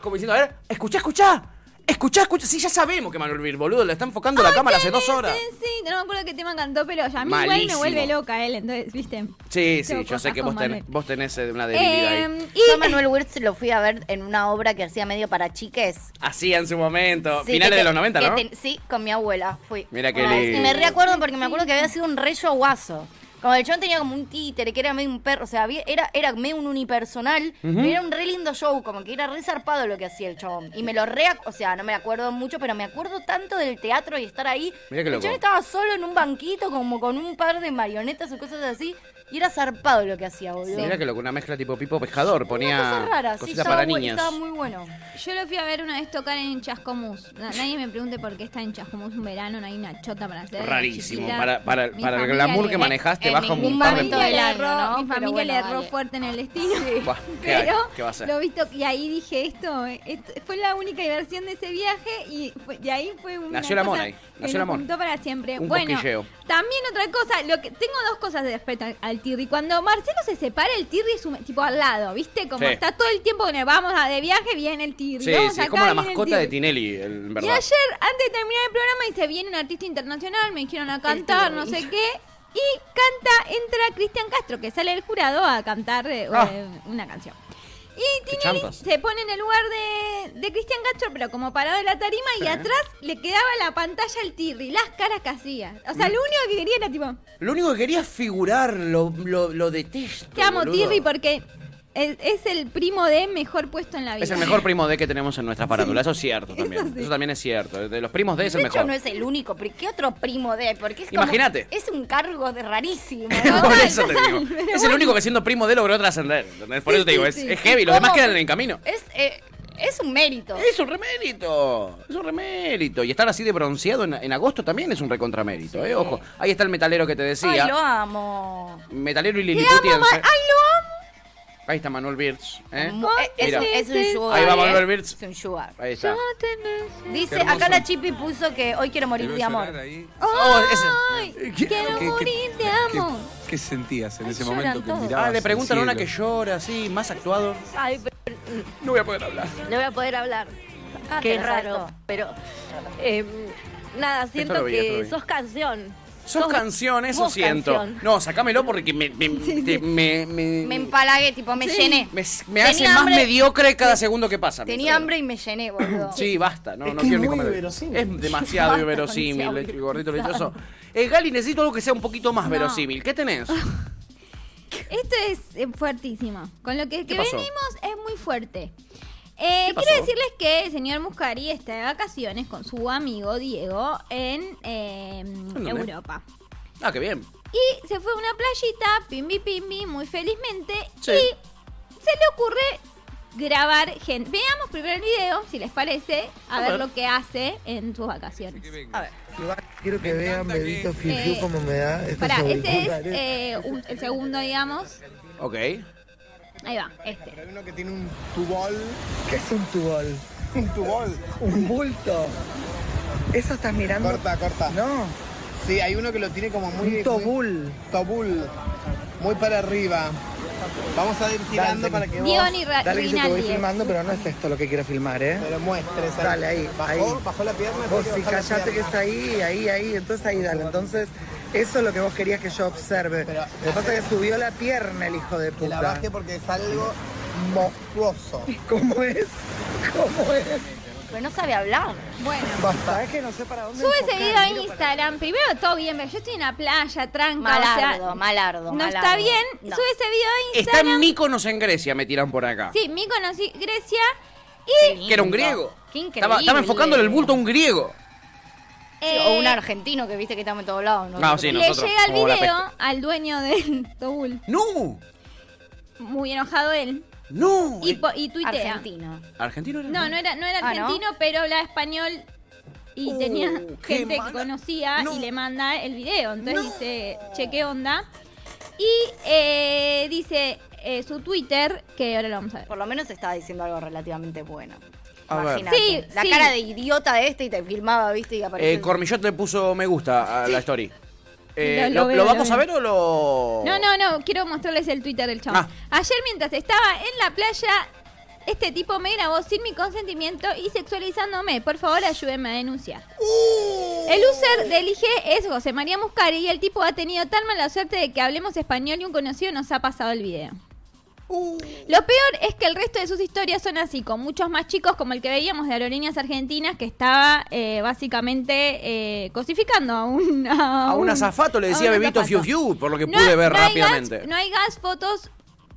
Como diciendo, a ver, escuchá, escuchá. Escuchá, escuchá. Sí, ya sabemos que Manuel Vir, boludo. Le está enfocando la cámara hace dos horas. Sí, sí, no me acuerdo qué tema cantó, pero ya a mí igual me Malísimo. vuelve loca él, entonces, ¿viste? Sí, sí, Tengo yo sé cosas que vos, con tenés- Manuel. vos tenés eh, una debilidad ahí. Eh, Yo a y Manuel Wirtz lo fui a ver en una obra que hacía medio para chiques. Así en su momento. Sí, Finales que de te- los 90, que ¿no? te- sí, con mi abuela fui. Mira qué Una vez. lindo. Y me recuerdo porque me acuerdo que había sido un rey guaso. Como el chon tenía como un títere, que era medio un perro, o sea, había- era, era medio un unipersonal, pero era un re lindo show, como que era re zarpado lo que hacía el chon. Y me lo re, o sea, no me acuerdo mucho, pero me acuerdo tanto del teatro y estar ahí. Mirá qué el loco. chabón estaba solo en un banquito, como con un par de marionetas o cosas así, y era zarpado lo que hacía, boludo. Mira que loco, una mezcla tipo Pipo Pescador. Ponía Una cosa rara, sí, cositas estaba, para bu- niñas. estaba muy bueno. yo lo fui a ver una vez tocar en Chascomús. Na- Nadie me pregunte por qué está en Chascomús un verano, no hay una chota para hacer. Rarísimo. chiquita. Para, para, Mi para el familia glamour le- que manejaste, en baja un ningún montón Mi el momento familia del le tono. año, erró- ¿no? Mi Pero familia bueno, le erró dale. fuerte en el destino. (laughs) Buah, ¿qué hay? Pero ¿Qué va a hacer? lo visto y ahí dije esto, eh, esto- fue la única diversión de ese viaje y fue- de ahí fue una Nació el amor cosa ahí, que nació el nos amor. juntó para siempre. Un bueno, cosquilleo. también otra cosa, lo que tengo dos cosas de respecto al- al Tirri. Cuando Marcelo se separa, el Tirri es un- tipo al lado, ¿viste? Como Sí. está todo el tiempo con el vamos a de viaje, viene el Tirri. Sí, vamos sí, acá, es como la viene el mascota de Tirri. Tinelli, en verdad. Y ayer, antes de terminar el programa, dice, viene un artista internacional, me dijeron a cantar, no sé qué. Y canta, entra Cristian Castro, que sale del jurado a cantar eh, Ah. eh, una canción. Y Tinelli champas. se pone en el lugar de, de Cristian Castro, pero como parado de la tarima, y atrás le quedaba la pantalla al Tirri, las caras que hacía. O Mm. sea, lo único que quería era tipo, Lo único que quería es figurar, lo, lo, lo detesto. te amo boludo. Tirri porque es, es el primo de mejor puesto en la vida. Es el mejor primo D que tenemos en nuestra farándula, (laughs) eso es cierto también. Eso, también es cierto. De los primos D es el De hecho, mejor. no es el único, pero ¿qué otro primo de? él? Porque es como- Imagínate. Es un cargo de (laughs) rarísimo. Por ¿no? Total, eso te total, digo. pero Es el bueno. único que siendo primo D logró trascender. ¿entendés? Por Sí, eso te digo, sí, es, sí. es heavy. Los demás ¿Cómo? quedan en el camino. es, eh, es un mérito. Es un remérito, es un remérito. Y estar así de bronceado en, en agosto también es un recontramérito, eh. Ojo, ahí está el metalero que te Ay, decía. lo amo. Metalero y Te amo, Ma- liliputiense. ay, lo amo. Ahí está Manuel Birch, eh. Mu- eh, es, Mira. un- es un sugar. Ahí va eh. Manuel Birch. Es un sugar. Ahí está. Dice, acá la Chipi puso que hoy quiero morir de amor. Oh, ese. Ay, quiero morir, te amo. ¿Qué, sentías en Ay, ese lloran momento que todos. mirabas Ah, le al preguntan a una que cielo? llora, sí, más actuado. Ay, pero No voy a poder hablar. no voy a poder hablar. Ah, Qué te la raro. saltó. Pero eh, nada, siento lo vi, esto lo que vi. sos canción. Sos canción, eso vos siento. canción. No, sacámelo porque me, me, te- me, me, Me empalagué, tipo, me llené. me- me hace más hambre. mediocre cada segundo que pasa. mi Tenía cerebro. hambre y me llené, boludo. Sí, basta, no, Es no que quiero es ni muy comer. verosímil. (laughs) Es demasiado verosímil, el gordito lechoso. Eh, Gali, necesito algo que sea un poquito más verosímil. ¿Qué (laughs) tenés? Esto es eh, fuertísimo. Con lo que, que pasó? venimos es muy fuerte. Eh, ¿Qué pasó? quiero decirles que el señor Muscari está de vacaciones con su amigo Diego en eh, dónde? Europa. Ah, qué bien. Y se fue a una playita, pimbi pimbi, muy felizmente. Sí. Y se le ocurre grabar gente. Veamos primero el video, si les parece, a, A ver. ver. lo que hace en sus vacaciones. Quiero que vean bebito Eh, fifiu como me da estos (laughs) Pará, ese es auriculares. eh, un- el segundo, digamos. Ok. Ahí va, este. Hay uno que tiene un tubol. (laughs) ¿Qué es un tubol? Un tubol. Un bulto. Eso estás mirando. Corta, corta. No. Sí, hay uno que lo tiene como muy. Un tobul. Tobul. Muy para arriba. Vamos a ir tirando para que Diego ni Ra- Dale que yo te voy Rinaldi. es. filmando, pero no es esto lo que quiero filmar, ¿eh? Pero muestres. Dale, ahí, ahí. Bajó la pierna. Vos sí, callate que es ahí, ahí, ahí. Entonces ahí, dale. Entonces, eso es lo que vos querías que yo observe. Lo que pasa es que subió la pierna el hijo de puta. la bajé porque es algo monstruoso. (laughs) ¿Cómo es? ¿Cómo es? Pero no sabe hablar. Bueno. ¿Sabes que no sé para dónde Sube ese enfocar? video a Miro para- Instagram. Primero todo bien, pero yo estoy en la playa, tranca. o sea, Malardo, malardo. No malardo. está bien. No. Sube ese video a Está Instagram. en Míconos en Grecia, me tiran por acá. Sí, mi conocí Grecia. Qué Y lindo. Que era un griego. Qué increíble. Estaba, estaba enfocándole el bulto a un griego. Sí, O un eh, argentino que viste que estamos en todos lados. ¿no? No, sí, le nosotros, llega el como la video al dueño (laughs) del Tobul. ¡No! Muy enojado él. ¡No! Y, po- y tuitea. Argentino. ¿Argentino era? No, no era, no era Ah, ¿no? argentino, pero hablaba español y Uh, tenía qué gente mala. que conocía No. y le manda el video. Entonces No. dice, che, qué onda. Y eh, dice eh, su Twitter, que ahora lo vamos a ver. Por lo menos estaba diciendo algo relativamente bueno. A ver. Imagínate. Sí, la sí. cara de idiota de este y te filmaba, viste, y aparecía. Eh, Cormillot le puso me gusta a la (laughs) story. Eh, Lo- lo ¿lo, veo, lo lo vamos veo. a ver o lo.? No, no, no, quiero mostrarles el Twitter del chabón. Ah. Ayer mientras estaba en la playa, Este tipo me grabó sin mi consentimiento y sexualizándome. Por favor, ayúdenme a denunciar. Uh. El user del IG es José María Muscari y el tipo ha tenido tan mala suerte de que hablemos español y un conocido nos ha pasado el video. Uh. Lo peor es que el resto de sus historias son así, con muchos más chicos como el que veíamos de Aerolíneas Argentinas que estaba eh, básicamente eh, cosificando a un... A, A un azafato le decía Bebito Fiu Fiu, por lo que pude ver hay rápidamente. gas- no hay gas, fotos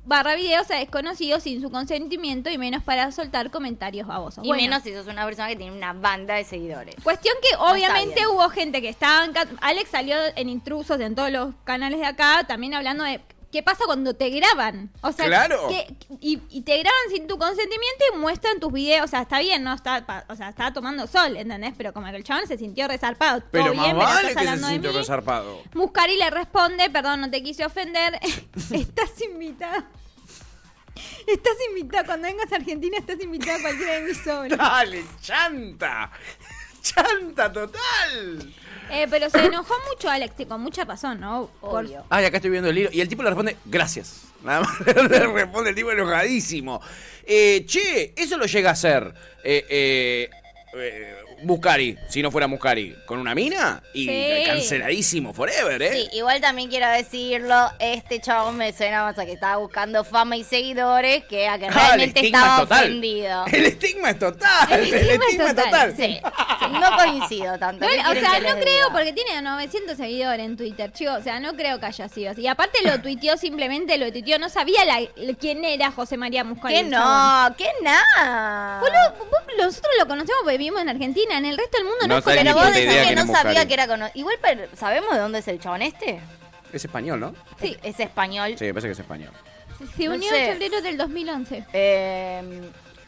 barra videos a desconocidos sin su consentimiento y menos para soltar comentarios babosos. Y Bueno. menos si sos una persona que tiene una banda de seguidores. Cuestión que obviamente hubo gente que estaba... en ca- Alex salió en intrusos en todos los canales de acá, también hablando de qué pasa cuando te graban. O sea, Claro. que- y, y te graban sin tu consentimiento y muestran tus videos. O sea, está bien, ¿no? Está, pa- o sea, estaba tomando sol, ¿entendés? Pero como que el chabón se sintió resarpado. todo Pero más bien, pero estás vale que se hablando de sintió mí. resarpado. (laughs) Muscari le responde, perdón, no te quise ofender, (laughs) estás invitada. Estás invitada, cuando vengas a Argentina estás invitada a cualquiera de (laughs) mis obras. Dale, chanta. (laughs) Chanta total. Eh, pero se enojó mucho Alex, y con mucha razón, ¿no? Por- Ay, acá estoy viendo el hilo. Y el tipo le responde, gracias. Nada más (laughs) le responde el tipo enojadísimo. Eh, che, eso lo llega a hacer eh, eh, eh, Muscari, si no fuera Muscari, con una mina y Sí. canceladísimo forever, ¿eh? Sí, igual también quiero decirlo, este chabón me suena más a que estaba buscando fama y seguidores que a que Ah, realmente el estigma estaba es total. ofendido. (laughs) El estigma es total. (laughs) El estigma, es total. Sí, sí, no coincido tanto. ¿qué Bueno, o quieren sea, que les no diga? creo, porque tiene 900 seguidores en Twitter, chicos. O sea, no creo que haya sido así. Y aparte lo tuiteó simplemente, lo tuiteó. No sabía la- quién era José María Muscari. Que el no, chabón. que nada. Boludo, vos- nosotros lo conocemos porque vivimos en Argentina. En el resto del mundo no, No fue- tenés Pero ni vos puta idea decís que quién no es sabía Muscari. que era conocido. Igual, pero, ¿sabemos de dónde es el chabón este? Es español, ¿no? Sí. Es español. Sí, me parece que es español. Se No unió sé. en febrero del 2011. Eh,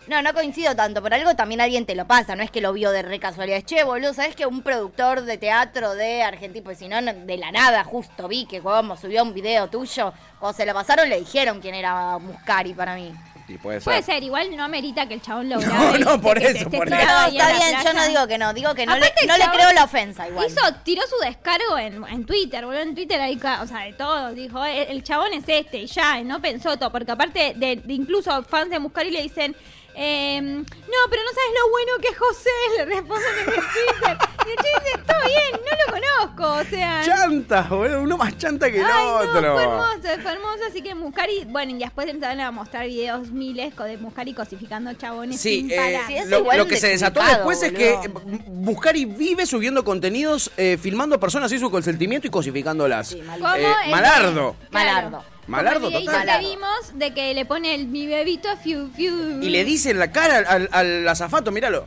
no, no coincido tanto. Por algo también alguien te lo pasa. No es que lo vio de re casualidad. Che, boludo, ¿sabes que un productor de teatro de Argentina, pues si no, no- de la nada, justo vi que como subió un video tuyo, o se lo pasaron, le dijeron quién era Muscari para mí. Y puede ser. Puede ser, igual no amerita que el chabón lo (laughs) grabe. no, ¿viste? por Que eso, esté por tirado eso. ahí en Está la bien, yo playa. no digo que no. Digo que no, le, Aparte, no le chabón creo la ofensa igual. Hizo, tiró su descargo en, en Twitter, boludo, en Twitter ahí, ca- o sea, de todo. Dijo, "Eh, el, chabón es este, y ya, y no pensó todo. Porque aparte, de, de incluso fans de Muscari le dicen, ehm, no, pero no sabes lo bueno que es José, le responden en el Twitter. Y el chico dice, está bien, no lo conozco, o sea... Chanta, boludo. Uno más chanta que el Ay, no, otro. fue hermoso, fue hermoso. Así que Muscari, bueno, y después le empezaron a mostrar videos miles co- de Muscari cosificando chabones. Sí, sin eh, parar. lo, lo que se desató después es que eh, Buscari vive subiendo contenidos, eh, filmando personas sin su consentimiento y cosificándolas. Como Eh, el- Malardo. Malardo. Malardo Como el videíto total. que vimos de que le pone el mi bebito fiu fiu. Y le dice en la cara al, al azafato, míralo.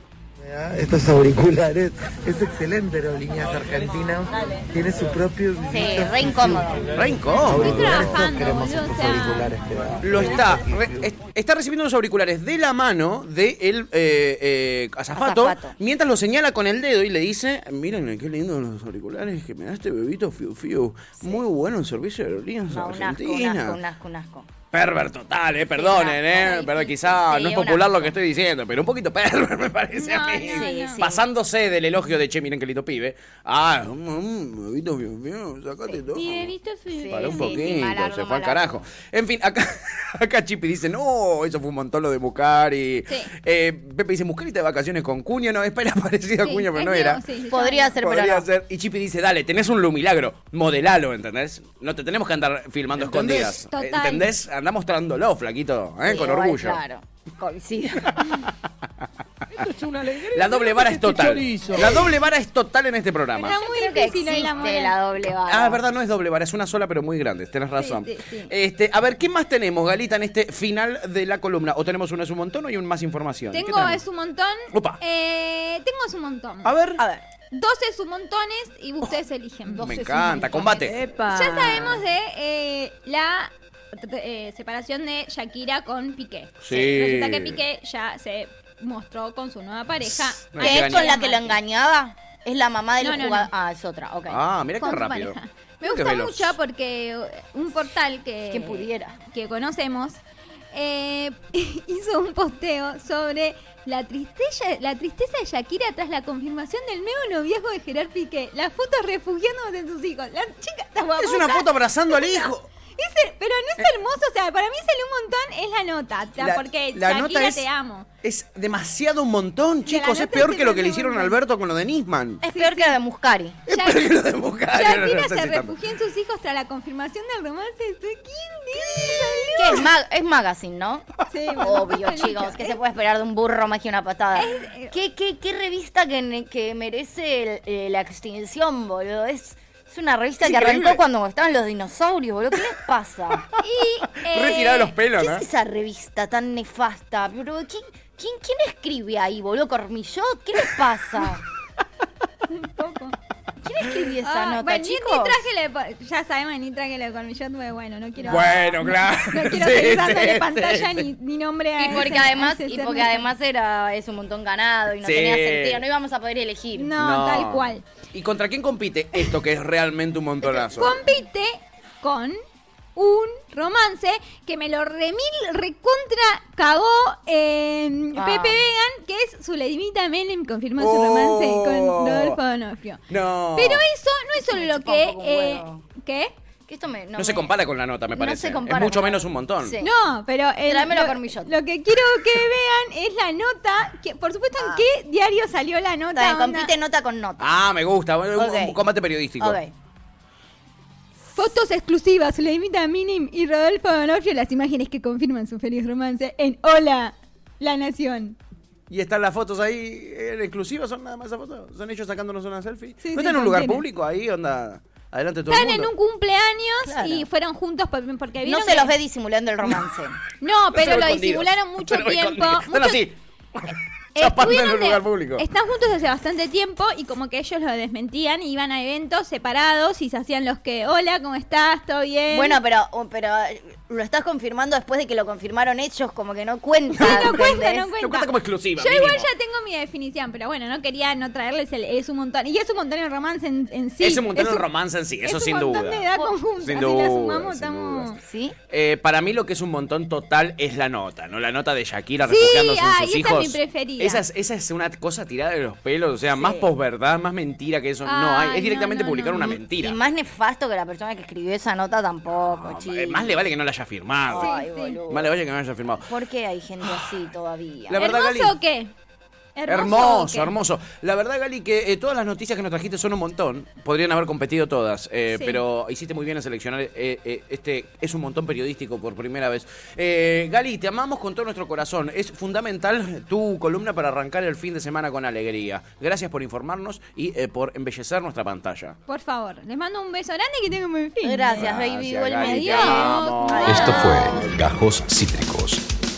Estos auriculares, es excelente Aerolíneas Argentina. Tiene su propio. Sí, re incómodo. Re incómodo. Estoy trabajando, boludo, o sea. Lo está, re- est- está recibiendo los auriculares de la mano del de el, eh, eh, azafato, Azafato. mientras lo señala con el dedo y le dice, miren eh, qué lindos los auriculares que me da este bebito fiu fiu. Muy bueno el servicio de aerolíneas No, un asco, un Argentina. asco, un asco, un asco. Perver total, eh, perdonen, eh. Perdón, quizá Sí, no es un popular lo que estoy diciendo, pero un poquito perver (laughs) me parece a mí. Sí, sí. Pasándose del elogio de che, miren qué lindo pibe. Ah, mm, mm, bebito fiu fiu, sacate todo. Mi bebito fiu fiu. Para un poquito, se fue al carajo. En fin, acá, (laughs) acá Chipi dice, no, eso fue un montón lo de Muscari. Sí. Eh, Pepe dice, Muscari está de vacaciones con Cuño, no, es para (laughs) parecido a Sí, Cuño, pero es no mío, era. sí, sí, Podría ser, pero Podría no. ser. Y Chipi dice, dale, tenés un lumilagro, modelalo, ¿entendés? No te tenemos que andar filmando escondidas. Eh, Total. ¿Entendés? Andá mostrándolo, flaquito, ¿eh? Sí, con igual, orgullo. Claro, coincido. La doble vara es total. La doble vara es total en este programa. Está muy que difícil hoy la existe moral. la doble vara. Ah, es verdad, no es doble vara, es una sola, pero muy grande. Tenés razón. sí, sí. Este, a ver, ¿qué más tenemos, Galita, en este final de la columna? O tenemos uno es un montón o hay un más información. ¿Qué Tengo tenemos? es un montón. Opa. Eh, tengo es un montón. A ver. Oh, A ver. 12 es un montones y ustedes eligen. Me encanta, combate. Ya sabemos de eh, la eh, separación de Shakira con Piqué. Sí. Resulta que Piqué ya se mostró con su nueva pareja. No ¿Que te es con la que engañé. lo engañaba? Es la mamá de No, los no, jugadores. Ah, es otra, ok. Ah, mira qué con su rápido. pareja. (laughs) Me Mira gusta qué veloz. mucho porque uh, un portal que, Quien pudiera. que conocemos eh, (laughs) hizo un posteo sobre la tristeza, la tristeza de Shakira tras la confirmación del nuevo noviazgo de Gerard Piqué. Las fotos refugiándose de sus hijos. La chica está Es una foto abrazando al hijo. (laughs) Es her- pero no es hermoso, o sea, para mí sale un montón es la nota, o sea, porque la Shakira nota es- te amo. Es demasiado un montón, chicos. nota Es peor es que lo que le demasiado hicieron un a Alberto con lo de Nisman. Es peor que la de Muscari. Shakira sé se si tanto. refugió en sus hijos tras la confirmación del romance de su- Que es, mag- es magazine, ¿no? Sí, (laughs) Obvio, (laughs) magazine. chicos. ¿Qué se puede esperar de un burro más que una patada? eh, ¿Qué, qué, qué revista que, ne- que merece el- eh, la extinción, boludo? Es, es una revista Es que increíble. arrancó cuando estaban los dinosaurios, boludo. ¿Qué les pasa? (laughs) Y eh, Retirado los pelos, ¿Qué ¿no? es esa revista tan nefasta? Pero, ¿quién, quién, quién escribe ahí, boludo? ¿Cormillot? ¿Qué les pasa? ¿Quién escribe esa ah, nota, bueno, ni- ni chicos? traje la de- ya sabemos, ni traje la de Cormillot, porque bueno, no quiero... (laughs) Bueno, claro. No quiero Sí, seguir dándole sí, pantalla sí, Ni, sí. ni nombre a Y porque ese- a además, ese y ser porque mortal. además era, es un montón ganado y no Sí. tenía sentido, no íbamos a poder elegir. No, tal cual. ¿Y contra quién compite esto que es realmente un montonazo? Compite con un romance que me lo remil recontra cagó eh, Ah. Pepe Vegan, que es su Ledimita Menem, confirmó su Oh. romance con Rodolfo Donofrio. No. Pero eso no es solo lo chupa un que... poco un eh, huevo. ¿Qué? Que esto me, no, No, se me- compara con la nota, me No parece. se compara es mucho con la- menos un montón. Sí. No, pero el- Tráemelo lo, con Millot. lo que quiero que vean es la nota, que por supuesto en qué diario salió la nota. Ah. Está bien, onda. compite nota con nota. Ah, me gusta. Bueno, un- Ok. Un combate periodístico. Ok. Fotos exclusivas, la imita Minim y Rodolfo Donofrio, las imágenes que confirman su feliz romance en Hola, La Nación. Y están las fotos ahí eh, exclusivas, son nada más esas fotos. Son ellos sacándonos una selfie. ¿No Sí, sí, están en un lugar contiene. público ahí, onda? Adelante todo Están el en mundo. un cumpleaños Claro. y fueron juntos por- porque No vieron se que- los ve disimulando el romance. (laughs) (laughs) No, pero Están lo escondidos. disimularon mucho Están tiempo. escondidos. Están mucho- así. Chapando en Estuvieron un de- lugar público. Están juntos hace bastante tiempo y como que ellos lo desmentían, iban a eventos separados y se hacían los que, hola, ¿cómo estás? ¿Todo bien? bueno, pero, oh, pero lo estás confirmando después de que lo confirmaron ellos, como que no cuenta. (laughs) No, no cuenta, ¿entendés? no cuenta. No cuenta como exclusiva, Yo igual mínimo. ya tengo mi definición, pero bueno, no quería no traerles el es un montón. Y es un montón el romance en, en sí. Ese montón Es de romance en sí, eso es sin un montón duda. de edad conjunta. Sin Si la duda, sumamos, sin estamos- duda. ¿Sí? Eh, para mí lo que es un montón total es la nota, ¿no? La nota de Shakira Sí, refugiándose en ay, sus esa es hijos. mi preferida. Esa es, esa es una cosa tirada de los pelos, o sea, más posverdad, más mentira que eso. no hay. Ay, Es directamente no, no, publicar no. una Y mentira. más nefasto que la persona que escribió esa nota tampoco, No, chicos. eh, más le vale que no la haya firmado. Ay, Sí, sí. boludo. Más le vale que no la haya firmado. ¿Por qué hay gente así todavía? La verdad, ¿Hermoso Gali. o qué? ¿Hermoso o Hermoso, qué? hermoso. La verdad, Gali, que eh, todas las noticias que nos trajiste son un montón. Podrían haber competido todas, eh, Sí. pero hiciste muy bien en seleccionar. eh, eh, este es un montón periodístico por primera vez. Eh, Gali, te amamos con todo nuestro corazón. Es fundamental tu columna para arrancar el fin de semana con alegría. Gracias por informarnos y eh, por embellecer nuestra pantalla. Por favor, les mando un beso grande y que tengan un buen fin. Gracias, baby. Gracias, Vuelve. Gali, te Adiós. amamos. Esto fue Gajos Cítricos.